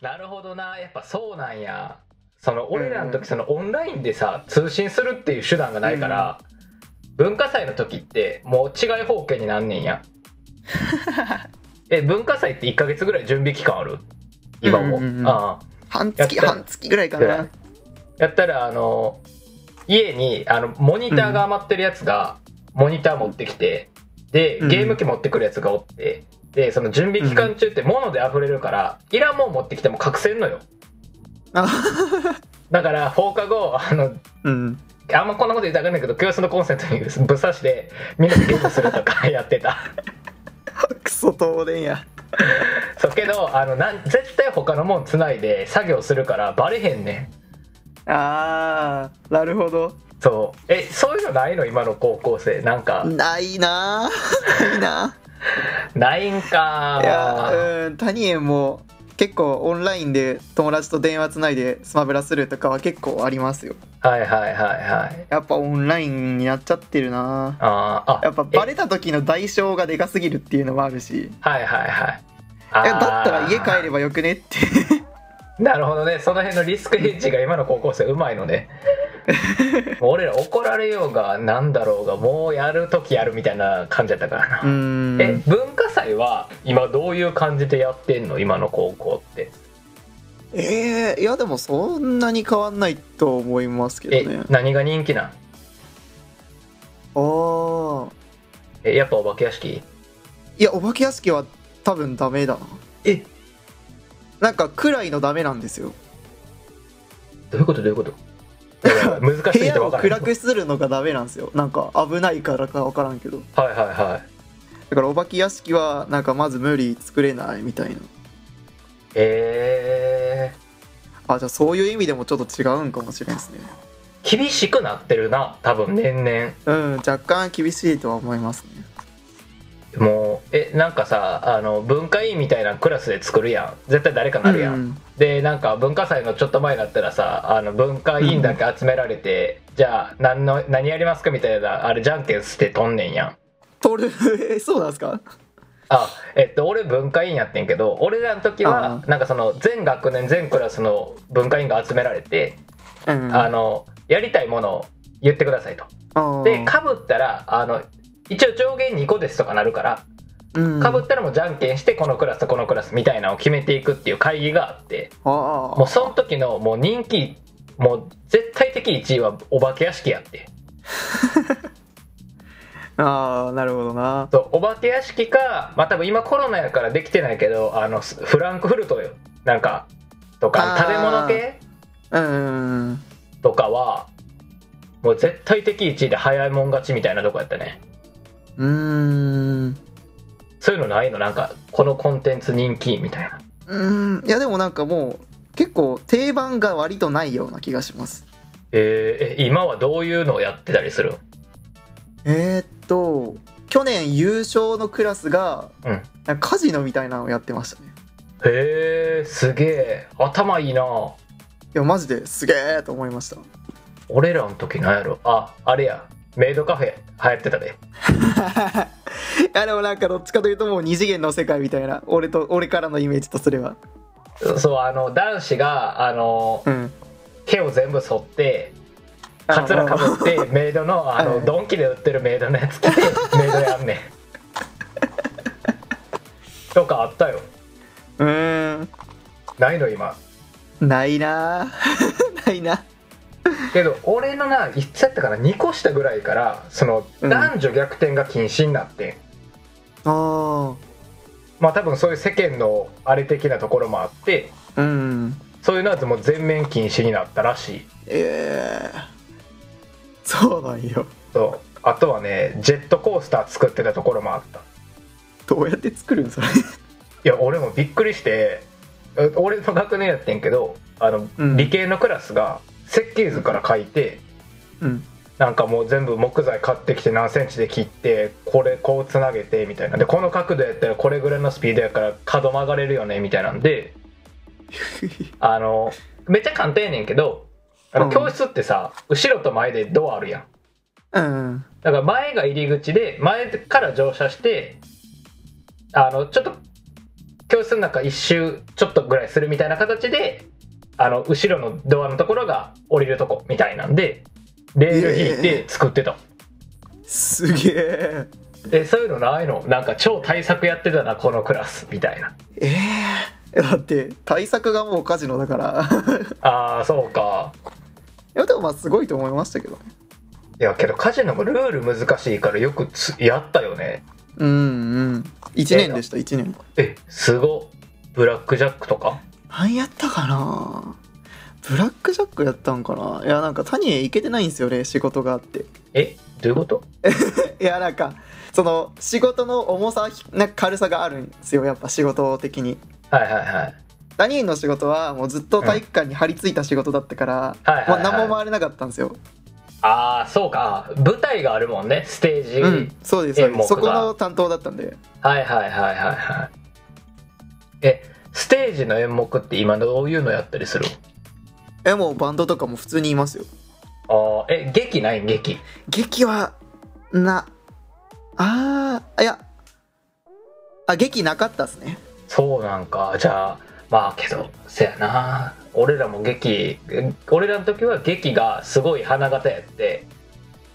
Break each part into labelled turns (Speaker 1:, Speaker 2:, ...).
Speaker 1: なるほどなやっぱそうなんやその俺らの時そのオンラインでさ通信するっていう手段がないから、文化祭の時ってもう違い方形になんねん やえ文化祭って1ヶ月ぐらい準備期間ある今も、
Speaker 2: うんうんうん
Speaker 1: ああ
Speaker 2: 半月
Speaker 1: やった
Speaker 2: 半月ぐらいか
Speaker 1: ぐら
Speaker 2: ない
Speaker 1: やったらあの家にあのモニターが余ってるやつが、モニター持ってきてで
Speaker 2: うん
Speaker 1: ゲーム機持ってくるやつがおってでその準備期間中って物で溢れるから、いらんもん持ってきても隠せんのよ
Speaker 2: あ
Speaker 1: だから放課後あの
Speaker 2: うん
Speaker 1: あんまこんなこと言いたくないけど教室のコンセントにぶっ刺してみんなでゲームするとか やってた
Speaker 2: クソ東電や
Speaker 1: そうけどあのなん絶対他のもんつないで作業するからバレへんね
Speaker 2: あーなるほど
Speaker 1: んそうえそういうのないの今の高校生なんか
Speaker 2: ないなーないな
Speaker 1: ないんか
Speaker 2: ーいやーうん谷江も結構オンラインで友達と電話つないでスマブラするとかは結構ありますよ
Speaker 1: はいはいはいはい
Speaker 2: やっぱオンラインになっちゃってるな
Speaker 1: あーあ
Speaker 2: やっぱバ
Speaker 1: え
Speaker 2: レた時の代償がでかすぎるっていうのもあるし
Speaker 1: はいはいはい
Speaker 2: えだったら家帰
Speaker 1: る
Speaker 2: ればよくねって
Speaker 1: なるほどねその辺のリスクヘッジが今の高校生うまいの ねもう俺ら怒られようがなんだろうがもうやる時やるみたいな感じだったからな、
Speaker 2: うーん
Speaker 1: え文化祭は今どういう感じでやってんの今の高校って
Speaker 2: えーいやでもそんなに変わんないと思いますけ
Speaker 1: え、
Speaker 2: どね
Speaker 1: 何が人気なん
Speaker 2: あー
Speaker 1: えやっぱお化け屋敷
Speaker 2: いやお化け屋敷は多分ダメだな
Speaker 1: え
Speaker 2: なんかくらいのダメなんですよ
Speaker 1: どういうことどういうことやばいやばい難しす
Speaker 2: 部
Speaker 1: ぎて
Speaker 2: 屋
Speaker 1: 分
Speaker 2: を
Speaker 1: から
Speaker 2: 暗
Speaker 1: ない
Speaker 2: くするのがダメなんですよなんか危ないからか分からんけど
Speaker 1: はいはいはい
Speaker 2: だからお化け屋敷はなんかまず無理作れないみたいな
Speaker 1: え
Speaker 2: あじゃあそういう意味でもちょっと違うんかもしれんですね
Speaker 1: ー、厳しくなってるな多分年々
Speaker 2: うん若干厳しいとは思いますね
Speaker 1: もうえなんかさあの文化委員みたいなクラスで作るやん絶対誰かなるやん、
Speaker 2: うん
Speaker 1: でなんか文化祭のちょっと前だったらさあの文化委員だけ集められて、じゃあ何の何やりますかみたいなあれじゃんけんしてとんねんやん
Speaker 2: 通るえ そうなんですか
Speaker 1: あえっと俺文化委員やってんけど俺らの時は
Speaker 2: あ
Speaker 1: なんかその全学年全クラスの文化委員が集められて、
Speaker 2: うん
Speaker 1: あのやりたいものを言ってくださいと
Speaker 2: あ
Speaker 1: でかぶったらあの一応上限2個ですとかなるからかぶったらもうじゃんけんしてこのクラスとこのクラスみたいなのを決めていくっていう会議があって
Speaker 2: あ
Speaker 1: もうその時のもう人気もう絶対的1位はお化け屋敷やって
Speaker 2: ああなるほどな
Speaker 1: そうお化け屋敷かまあ多分今コロナやからできてないけどあのすフランクフルトよなんかとか
Speaker 2: あー
Speaker 1: 食べ物系
Speaker 2: うん
Speaker 1: とかはもう絶対的1位で早いもん勝ちみたいなとこやったね
Speaker 2: うーん
Speaker 1: そういうのないのなんかこのコンテンツ人気みたいな
Speaker 2: うんいやでもなんかもう結構定番が割とないような気がします
Speaker 1: えーえ今はどういうのをやってたりする
Speaker 2: えー、っと去年優勝のクラスが、
Speaker 1: うん
Speaker 2: なんかカジノみたいなのをやってましたね
Speaker 1: へえすげえ頭いいない
Speaker 2: やマジですげえと思いました
Speaker 1: 俺らの時なんやろああれやメイドカフェ流行ってたで
Speaker 2: いやでもなんかどっちかというともう二次元の世界みたいな俺と俺からのイメージとすれば
Speaker 1: そうあの男子があの
Speaker 2: うん
Speaker 1: 毛を全部剃ってカツラかぶってメイドのあ
Speaker 2: は
Speaker 1: の
Speaker 2: い
Speaker 1: ドンキで売ってるメイドのやつ着てメイドやんねんとかあったよ
Speaker 2: うーん
Speaker 1: ないの今
Speaker 2: ないなあ ないな
Speaker 1: けど俺のないつやったかな2個下ぐらいからその
Speaker 2: うん
Speaker 1: 男女逆転が禁止になって、
Speaker 2: あ
Speaker 1: まあ多分そういう世間のあれ的なところもあって
Speaker 2: あうん
Speaker 1: そういうのはもう全面禁止になったらしい
Speaker 2: ええそうなんよ
Speaker 1: とあとはねジェットコースター作ってたところもあったい
Speaker 2: どうやって作るんそれ
Speaker 1: や俺もびっくりしてう俺の学年やってんけどあの、
Speaker 2: うん
Speaker 1: 理系のクラスが設計図から書いて
Speaker 2: うん
Speaker 1: なんかもう全部木材買ってきて何センチで切ってこれこうつなげてみたいなでこの角度やったらこれぐらいのスピードやから角曲がれるよねみたいなんであのめっちゃ簡単やねんけどあ
Speaker 2: う
Speaker 1: の
Speaker 2: ん
Speaker 1: 教室ってさ、後ろと前でドアあるやん
Speaker 2: うん
Speaker 1: だから前が入り口で前から乗車してあのちょっと教室の中一周ちょっとぐらいするみたいな形であの後ろのドアのところが降りるとこみたいなんでレール引いて作ってた、
Speaker 2: すげえ
Speaker 1: えそういうのないのなんか超対策やってたなこのクラスみたいな
Speaker 2: ええだって対策がもうカジノだから
Speaker 1: ああそうか
Speaker 2: いやでもまあすごいと思いましたけどね
Speaker 1: いやけどカジノもルール難しいからよくつやったよね
Speaker 2: うんうん1年でした1年
Speaker 1: えすごブラックジャックとか
Speaker 2: 何やったかなブラックジャックやったんかないやなんか谷へ行けてないんですよね仕事があって
Speaker 1: えどういうこと
Speaker 2: いやなんかその仕事の重さなんか軽さがあるんですよやっぱ仕事的に
Speaker 1: はいはいはい
Speaker 2: 谷の仕事はもうずっと体育館に張り付いた仕事だったから、
Speaker 1: うんはいはいはい
Speaker 2: もう何も回れなかったんですよ、
Speaker 1: ああそうか舞台があるもんねステージ、
Speaker 2: うんそうですそう
Speaker 1: 演
Speaker 2: で
Speaker 1: 目が
Speaker 2: すそこの担当だったんで
Speaker 1: はいはいはいはいはいえステージの演目って今どういうのやったりする
Speaker 2: えもうバンドとかも普通にいますよ
Speaker 1: ああえ劇ないん劇
Speaker 2: 劇はなあーいやあ劇なかったっすね
Speaker 1: そうなんかじゃあまあけどせやな俺らも劇え俺らの時は劇がすごい花形やって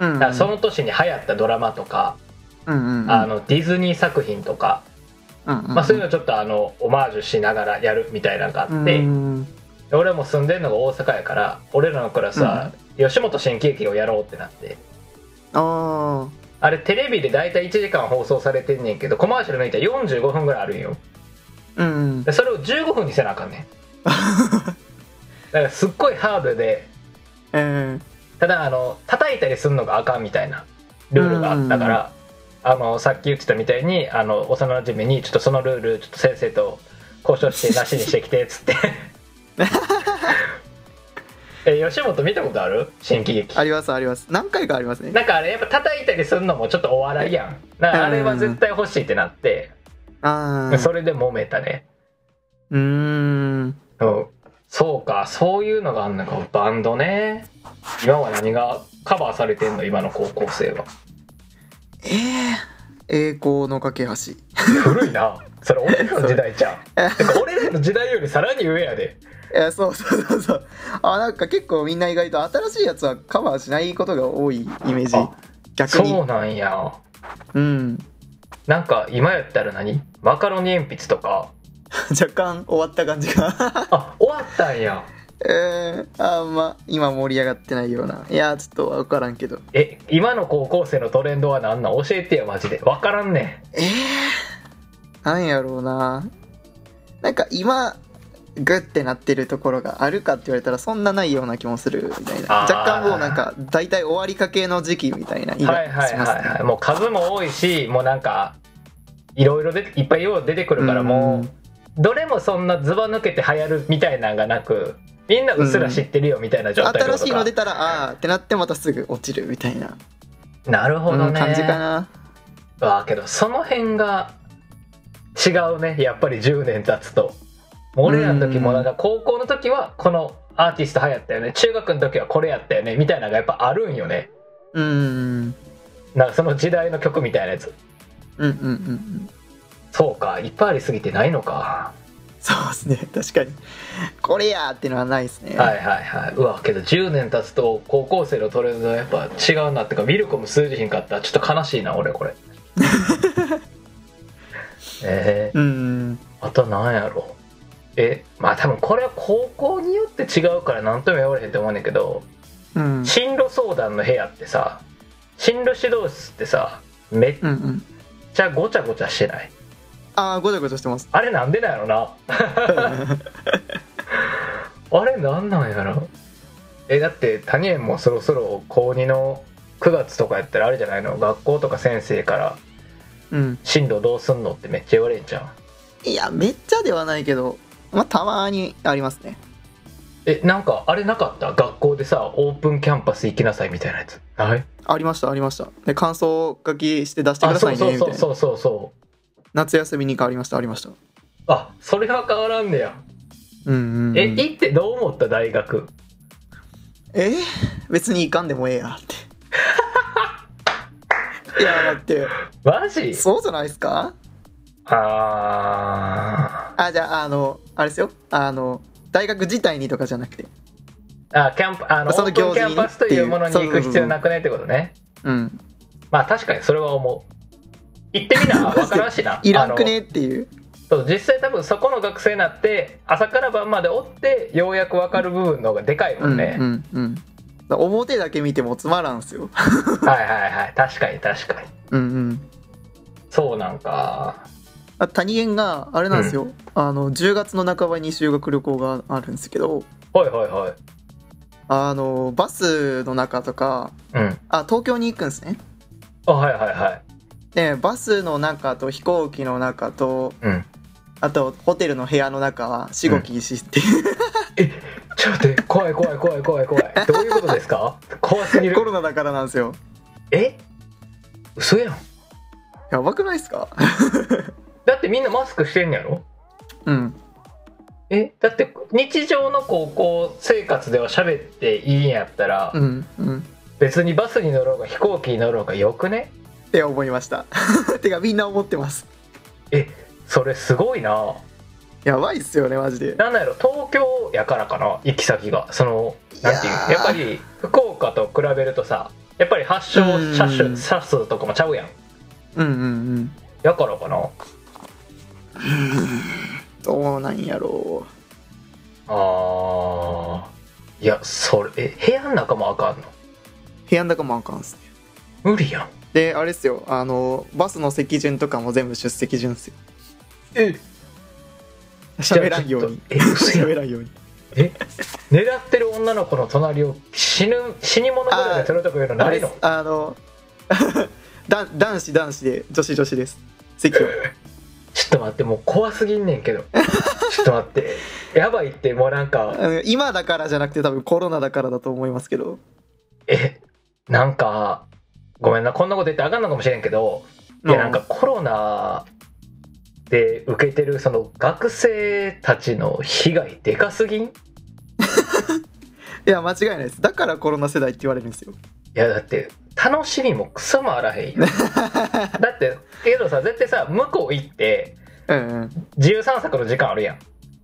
Speaker 2: うんう
Speaker 1: だ
Speaker 2: ん
Speaker 1: からその年に流行ったドラマとか、
Speaker 2: うんうんうん
Speaker 1: あのディズニー作品とか、
Speaker 2: うんうん
Speaker 1: まあ、そういうのちょっとあのオマージュしながらやるみたいなのがあ
Speaker 2: う
Speaker 1: って、
Speaker 2: ん
Speaker 1: 俺も住んでるのが大阪やから俺らのクラスは吉本新喜劇をやろうってなって
Speaker 2: あ
Speaker 1: あれテレビで大体1時間放送されてんねんけどコマーシャル抜いたら45分ぐらいあるんよ
Speaker 2: あうん
Speaker 1: でそれを15分にせなあかんねんだからすっごいハードで
Speaker 2: え
Speaker 1: ただあの叩いたりするのがあかんみたいなルールがあったから、あのさっき言ってたみたいにあの幼馴染に「ちょっとそのルールちょっと先生と交渉してなしにしてきて」っつって え吉本見たことある新喜劇
Speaker 2: ーありますあります何回かありますね
Speaker 1: なんかあれやっぱ叩いたりするのもちょっとお笑いやんだからあれは絶対欲しいってなって、
Speaker 2: ああ
Speaker 1: それで揉めたね、
Speaker 2: うーん
Speaker 1: うん、そうかそういうのがあんのかバンドね今は何がカバーされてんの今の高校生は
Speaker 2: えー、栄光の架け橋
Speaker 1: 古いなそれ俺らの時代じゃんてか俺らの時代よりさらに上やで
Speaker 2: えそうそうそうそうあなんか結構みんな意外と新しいやつはカバーしないことが多いイメージ
Speaker 1: あ
Speaker 2: 逆に
Speaker 1: そうなんや
Speaker 2: うん
Speaker 1: なんか今やったら何マカロニ鉛筆とか
Speaker 2: 若干終わった感じが
Speaker 1: あ終わったんや
Speaker 2: えー、あんま今盛り上がってないようないやちょっと分からんけど
Speaker 1: え今の高校生のトレンドは何なん教えてよマジで分からんね
Speaker 2: えー、なんやろうななんか今グッてなってるところがあるかって言われたらそんなないような気もするみたいな
Speaker 1: あー
Speaker 2: 若干もうなんか大体終わりかけの時期みたいな気
Speaker 1: んはい
Speaker 2: が
Speaker 1: はい
Speaker 2: し
Speaker 1: はい、
Speaker 2: ますね
Speaker 1: はい、もう数も多いしもうなんかいろいろでいっぱいよう出てくるから
Speaker 2: うん
Speaker 1: もうどれもそんなずば抜けて流行るみたいなんがなくみんなうっすら知ってるよみたいな状態ってことか
Speaker 2: 新しいの出たらああーってなってまたすぐ落ちるみたいな、
Speaker 1: なるほ
Speaker 2: う
Speaker 1: ど
Speaker 2: ん
Speaker 1: ね
Speaker 2: 感じかな
Speaker 1: わあけどその辺が違うねやっぱり10年経つともう俺らの時も
Speaker 2: うん
Speaker 1: なんか高校の時はこのアーティスト流行ったよね中学の時はこれやったよねみたいなのがやっぱあるんよね
Speaker 2: うんうん
Speaker 1: なんかその時代の曲みたいなやつ
Speaker 2: うんうんうん
Speaker 1: そうかいっぱいありすぎてないのか、
Speaker 2: そうですね確かにこれやーってのはないですね、
Speaker 1: はいはいはいうわけど10年経つと高校生のトレンドはやっぱ違うなってかミルコも数字品買ったらちょっと悲しいな俺こ れえー、
Speaker 2: うん
Speaker 1: あとなんやろえまあ多分これは高校によって違うから何とも言われへんと思うねんだけど
Speaker 2: うんうん
Speaker 1: 進路相談の部屋ってさ進路指導室ってさめっ
Speaker 2: うんうん
Speaker 1: ちゃごちゃごちゃしてない
Speaker 2: ああごちゃごちゃしてます
Speaker 1: あれなんでなんやろなあれなんなんやろえだって谷園もそろそろ高2の9月とかやったらあれじゃないの学校とか先生から
Speaker 2: うん
Speaker 1: 進路どうすんのってめっちゃ言われんじゃん
Speaker 2: いやめっちゃではないけどまあたまにありますね
Speaker 1: えなんかあれなかった学校でさオープンキャンパス行きなさいみたいなやつない
Speaker 2: ありましたありましたで感想書きして出してく
Speaker 1: あ
Speaker 2: だ
Speaker 1: そう
Speaker 2: さい
Speaker 1: そう
Speaker 2: ねみ
Speaker 1: そう
Speaker 2: たい
Speaker 1: そ
Speaker 2: な
Speaker 1: うそうそう
Speaker 2: 夏休みに変わりましたありました
Speaker 1: あそれは変わらんねや
Speaker 2: うんうん、うん、
Speaker 1: え行ってどう思った大学
Speaker 2: えー別にいかんでもええやっていやだって
Speaker 1: マジ
Speaker 2: そうじゃないですか
Speaker 1: あ
Speaker 2: あじゃああのあれですよあの大学自体にとかじゃなくて
Speaker 1: あキャンプあの
Speaker 2: その
Speaker 1: オープン
Speaker 2: 行
Speaker 1: キ
Speaker 2: 事に
Speaker 1: ャンパスというものに行く必要なくないってことね
Speaker 2: うん
Speaker 1: まあ確かにそれは思う行って みな分からんしない
Speaker 2: らんくねっていう
Speaker 1: あのそう実際多分そこの学生になって朝から晩までおってようやく分かる部分の方がでかいも
Speaker 2: うんんう
Speaker 1: ね、
Speaker 2: んうん表だけ見てもつまらんすよ
Speaker 1: はいはいはい確かに確かに
Speaker 2: うんうん
Speaker 1: そうなんか
Speaker 2: あ谷源があれなんですよ、あの10月の半ばに修学旅行があるんですけど
Speaker 1: はいはいはい
Speaker 2: あのバスの中とか
Speaker 1: うん
Speaker 2: あ東京に行くんですね
Speaker 1: あはいはいはい
Speaker 2: でバスの中と飛行機の中と
Speaker 1: うん
Speaker 2: あとホテルの部屋の中はしごきしって、
Speaker 1: ちょっと待って怖い怖い怖い怖い怖いどういうことですか怖すぎる
Speaker 2: コロナだからなんですよ
Speaker 1: え嘘やん
Speaker 2: やばくないですか
Speaker 1: だってみんなマスクしてんやろ
Speaker 2: うん
Speaker 1: えだって日常の高校生活では喋っていいんやったら、
Speaker 2: うんうん
Speaker 1: 別にバスに乗ろうが飛行機に乗ろうがよくね
Speaker 2: って思いました てかみんな思ってます
Speaker 1: えそれすごいな
Speaker 2: やばいっすよねマジで
Speaker 1: なんだろ東京やからかな行き先がそのなんていう
Speaker 2: いや
Speaker 1: や
Speaker 2: ー
Speaker 1: やっぱり福岡と比べるとさやっぱり発症
Speaker 2: うん
Speaker 1: 者数者数とかもちゃうやん
Speaker 2: うんうんうん
Speaker 1: やからかな
Speaker 2: どうなんやろ
Speaker 1: あーいやそれえ部屋の中もあかんの
Speaker 2: う部屋の中もあかんっすね
Speaker 1: 無理やん
Speaker 2: であれっすよあのバスの席順とかも全部出席順っすよ
Speaker 1: え
Speaker 2: 喋らんように
Speaker 1: え嘘やん
Speaker 2: 喋らんように
Speaker 1: 狙ってる女の子の隣を死ぬ死に物ぐらいで取るとこいうの
Speaker 2: あ
Speaker 1: な
Speaker 2: れ
Speaker 1: い
Speaker 2: っす
Speaker 1: の
Speaker 2: あの だ男子男子で女子女子です席を
Speaker 1: ちょっと待ってもう怖すぎんねんけど ちょっと待ってやばいってもうなんか
Speaker 2: あの今だからじゃなくて多分コロナだからだと思いますけど
Speaker 1: えなんかごめんなこんなこと言ってあかんのかもしれんけどいやなんかコロナで受けてるその学生たちの被害でかすぎんい
Speaker 2: いや間違いないですだからコロナ世代って言われるんですよ
Speaker 1: やだって楽しみもクソもあらへん よだってけどさ絶対さ向こう行って
Speaker 2: うんうん
Speaker 1: 自由散策の時間あるやん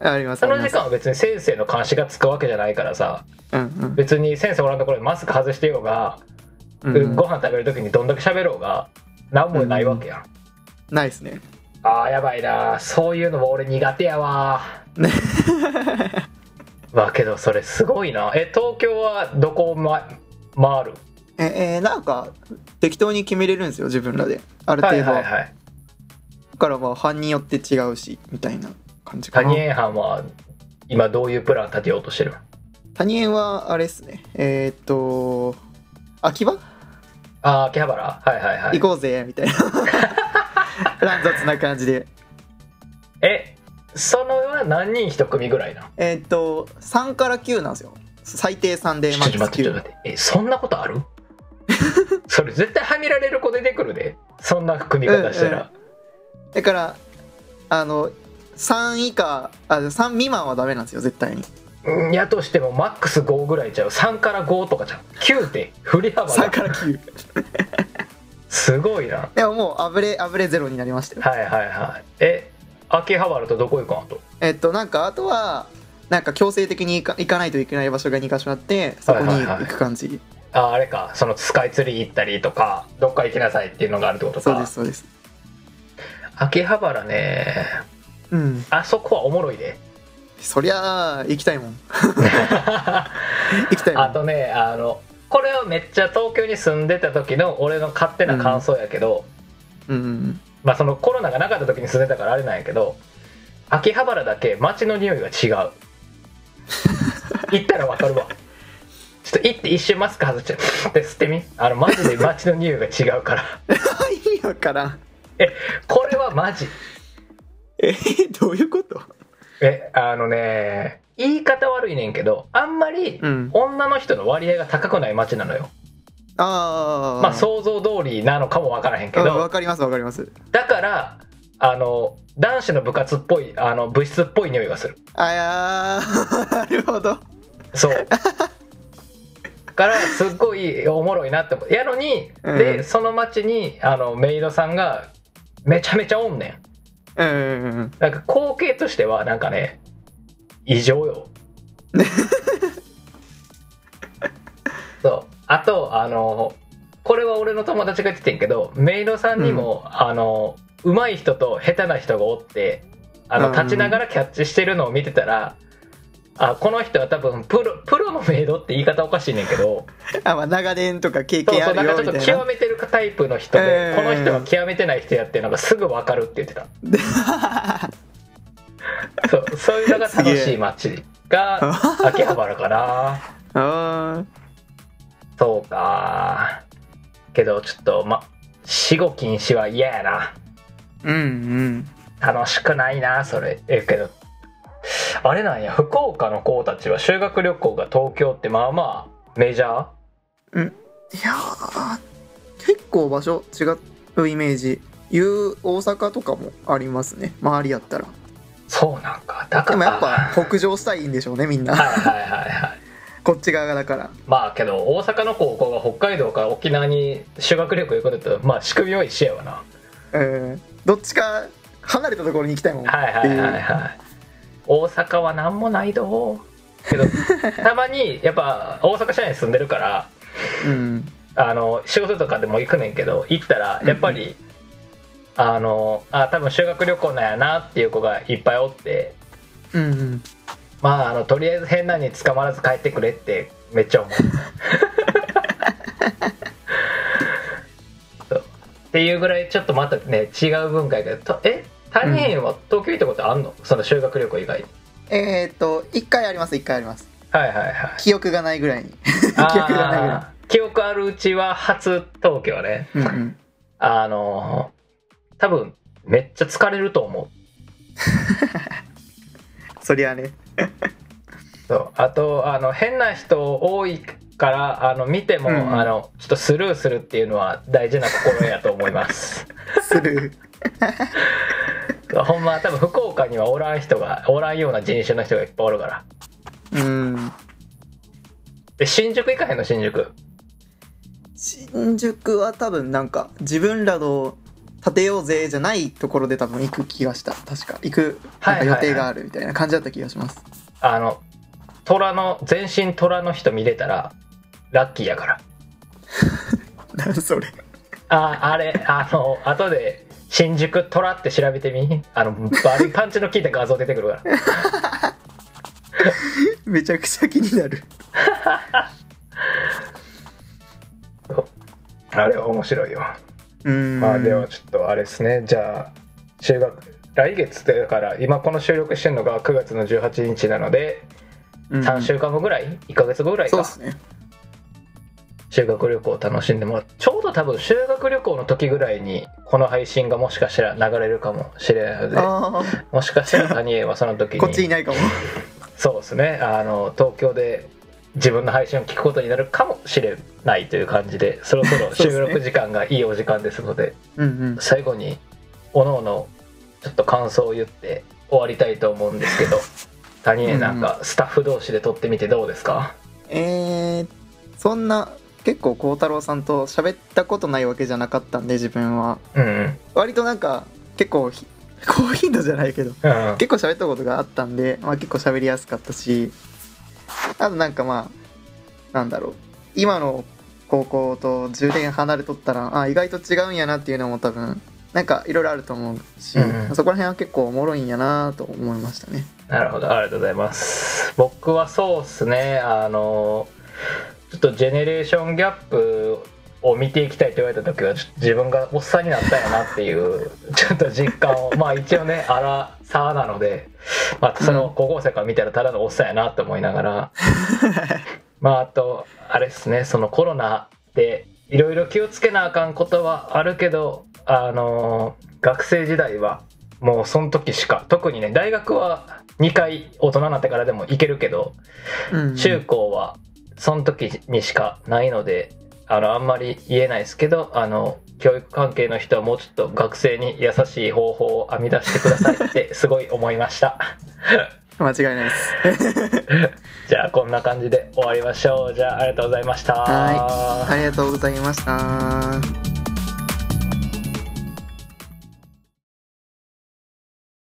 Speaker 2: あります
Speaker 1: そ
Speaker 2: あ
Speaker 1: の
Speaker 2: りま
Speaker 1: 時
Speaker 2: す
Speaker 1: 間は別に先生の監視がつくわけじゃないからさ
Speaker 2: うんうん
Speaker 1: 別に先生おらんところでマスク外してようが、
Speaker 2: うん
Speaker 1: ご飯食べる時にどんだけ喋ろうが何もないわけやん、
Speaker 2: ないですね
Speaker 1: あーやばいなそういうのも俺苦手や わ
Speaker 2: ね
Speaker 1: わけどそれすごいなえ東京はどこを、ま、回る
Speaker 2: ええーなんか適当に決めれるんですよ自分らである
Speaker 1: は
Speaker 2: 程
Speaker 1: い
Speaker 2: 度は,、
Speaker 1: はいはい
Speaker 2: だからまあ班によって違うしみたいな感じか
Speaker 1: 谷
Speaker 2: な
Speaker 1: 江藩は今どういうプラン立てようとしてる
Speaker 2: 谷園はあれですねえーっと秋葉、
Speaker 1: あー秋葉原はいはいはい
Speaker 2: 行こうぜみた いな乱雑な感じで
Speaker 1: えそのは何人一組ぐらいな
Speaker 2: えーっと3から9なんですよ最低3で
Speaker 1: ちょ
Speaker 2: マ
Speaker 1: っと
Speaker 2: ッ
Speaker 1: 待っ
Speaker 2: クス
Speaker 1: てちょっ
Speaker 2: 9
Speaker 1: と待ってえそんなことある それ絶対はみられる子出てくるでそんな組み方したら、
Speaker 2: うんうんだからあの3以下あ3未満はダメなんですよ絶対に
Speaker 1: うんやとしてもマックス5ぐらいちゃう3から5とかちゃう9って振り幅
Speaker 2: 3
Speaker 1: が
Speaker 2: から9
Speaker 1: すごいな
Speaker 2: でももうあぶれあぶれゼロになりましたよ
Speaker 1: はいはいはいえ秋葉原とどこ行くんあと
Speaker 2: えっとなんかあとはなんか強制的に行か行かないといけない場所が2か所あってそこ
Speaker 1: はい
Speaker 2: に
Speaker 1: はいはい
Speaker 2: 行く感じ、
Speaker 1: ああれかそのスカイツリー行ったりとかどっか行きなさいっていうのがあるってことか
Speaker 2: そうですそうです
Speaker 1: 秋葉原ね
Speaker 2: うん
Speaker 1: あそこはおもろい で
Speaker 2: そりゃあ行きたいもん行きたいも
Speaker 1: あ
Speaker 2: ん
Speaker 1: とねあのこれはめっちゃ東京に住んでた時の俺の勝手な感想やけど、
Speaker 2: うんうん
Speaker 1: まあそのコロナがなかった時に住んでたからあれなんやけど秋葉原だけ街の匂い が違う行ったらわかるわちょっと行って一瞬マスク外してで吸ってみあのマジで街の匂いが違うから
Speaker 2: 意味わからん
Speaker 1: これはマジ
Speaker 2: えどういうこと
Speaker 1: えあのね言い方悪いねんけどあんまり
Speaker 2: うん
Speaker 1: 女の人の割合が高くない街なのよ
Speaker 2: ああ
Speaker 1: まあ想像通りなのかもわからへんけ
Speaker 2: うんわ
Speaker 1: ど
Speaker 2: かりますわかります
Speaker 1: だからあの男子の部活っぽいあの部室っぽい匂いがする
Speaker 2: あやーなるほど
Speaker 1: そう からすっごいおもろいなって思うやのに、
Speaker 2: うん
Speaker 1: でその町にあのメイドさんがめちゃめちゃおんねん
Speaker 2: うんうんうん
Speaker 1: なんか光景としてはなんかね異常 よそうあとあのこれは俺の友達が言っててんけどメイドさんにも、あの上手い人と下手な人がおってあ
Speaker 2: う
Speaker 1: の
Speaker 2: ん
Speaker 1: 立ちながらキャッチしてるのを見てたら、あこの人は多分プロプロのメイドって言い方おかしいねんけど
Speaker 2: あまあ長年とか経
Speaker 1: そう
Speaker 2: 験
Speaker 1: そ
Speaker 2: あ
Speaker 1: うなん
Speaker 2: る
Speaker 1: か
Speaker 2: よ
Speaker 1: ちょ
Speaker 2: み
Speaker 1: っと
Speaker 2: たいな
Speaker 1: 極めてるタイプの人で、
Speaker 2: う
Speaker 1: こ
Speaker 2: ん
Speaker 1: の人は極めてない人やっていうのがすぐ分かるって言ってたそうそういうのが楽しい街が秋葉原か な
Speaker 2: あ
Speaker 1: そうかけどちょっとま死後禁止は嫌やな
Speaker 2: ーうん
Speaker 1: 楽しくないなそれえけどあれなんや福岡の子たちは修学旅行が東京ってまあまあメジャー
Speaker 2: うんいやー結構場所違うイメージいう大阪とかもありますね周りやったら
Speaker 1: そうなんかだか
Speaker 2: で
Speaker 1: ら
Speaker 2: もやっぱ北上したいんでしょうねみん
Speaker 1: はい
Speaker 2: な
Speaker 1: はいはいはい
Speaker 2: こっち側がだから
Speaker 1: まあけど大阪の高校が北海道から沖縄に修学旅行行くのとまあ仕組みは一緒やわな
Speaker 2: うんどっちか離れたところに行きたいもんって
Speaker 1: はいはい
Speaker 2: いう、
Speaker 1: はいはい大阪は何もないどけ どたまにやっぱ大阪市内に住んでるから
Speaker 2: うん
Speaker 1: あの仕事とかでも行くねんけど行ったらやっぱり、あのあ多分修学旅行なんやなっていう子がいっぱいおって
Speaker 2: うんうん
Speaker 1: まああのとりあえず変なに捕まらず帰ってくれってめっちゃ 思うそうっていうぐらいちょっとまたね違う文化やけどとえ谷平は東京行ったことあんの、その修学旅行以外に
Speaker 2: えー、っと一回あります一回あります
Speaker 1: はいはいはい
Speaker 2: 記憶がないぐらいに 記憶がないぐら
Speaker 1: あー記憶あるうちは初東京ね
Speaker 2: い、うんうん、
Speaker 1: あのー多分めっちゃ疲れると思う
Speaker 2: そりゃね
Speaker 1: そうあとあの変な人多いからあの見ても、
Speaker 2: うん
Speaker 1: あのちょっとスルーするっていうのは大事な心得やと思います
Speaker 2: する
Speaker 1: ほんま多分福岡にはおらん人がおらんような人種の人がいっぱいおるから
Speaker 2: うん
Speaker 1: で新宿行かへんの新宿
Speaker 2: 新宿は多分なんか自分らの建てようぜじゃないところで多分行く気がした確か行く
Speaker 1: は
Speaker 2: ないん
Speaker 1: は
Speaker 2: か
Speaker 1: いは
Speaker 2: 予
Speaker 1: い
Speaker 2: 定があるみたいな感じだった気がします、
Speaker 1: あの虎の全身虎の人見れたらラッキーやから
Speaker 2: なん それ
Speaker 1: ああれあの後で新宿虎って調べてみあのバリパンチの効いた画像出てくるから
Speaker 2: めちゃくちゃ気になる
Speaker 1: あれは面白いよ
Speaker 2: うん
Speaker 1: まあではちょっとあれですねじゃあ修学来月ってだから今この収録してるのが9月の18日なので
Speaker 2: うん
Speaker 1: 3週間後ぐらい1ヶ月後ぐらい
Speaker 2: そう
Speaker 1: か
Speaker 2: ですね
Speaker 1: 修学旅行を楽しんでもらうちょうど多分修学旅行の時ぐらいにこの配信がもしかしたら流れるかもしれないので
Speaker 2: ああ
Speaker 1: もしかしたら谷江はその時に
Speaker 2: こっちいないかも
Speaker 1: そうですねあの東京で自分の配信を聞くことになるかもしれないという感じでそ ろそろ
Speaker 2: そうっすね
Speaker 1: 収録時間がいいお時間ですので
Speaker 2: うんうん
Speaker 1: 最後におのおのちょっと感想を言って終わりたいと思うんですけど谷江なんかスタッフ同士で撮ってみてどうですか、
Speaker 2: えー、そんな結構孝太郎さんと喋ったことないわけじゃなかったんで自分は
Speaker 1: うん、うん
Speaker 2: 割となんか結構ひ高頻度じゃないけど
Speaker 1: うん
Speaker 2: 結構喋ったことがあったんで、まあ、結構喋りやすかったしあとなんかまあなんだろう今の高校と10年離れとったらあ意外と違うんやなっていうのも多分なんかいろいろあると思うし、
Speaker 1: うんうん
Speaker 2: そこら辺は結構おもろいんやなと思いましたね
Speaker 1: なるほどありがとうございます僕はそうっすねあのちょっとジェネレーションギャップを見ていきたいと言われた時はちょっと自分がおっさんになったんやなっていう ちょっと実感をまあ一応ねあらさなので、まあ、その高校生から見たらただのおっさんやなって思いながら、 まああとあれっすねそのコロナでいろいろ気をつけなあかんことはあるけどあの学生時代はもうその時しか特にね大学は2回大人になってからでも行けるけど
Speaker 2: うん
Speaker 1: 中高はその時にしかないのであのあんまり言えないですけどあの教育関係の人はもうちょっと学生に優しい方法を編み出してください ってすごい思いました
Speaker 2: 間違いないです
Speaker 1: じゃあこんな感じで終わりましょうじゃあありがとうございました
Speaker 2: はいありがとうございました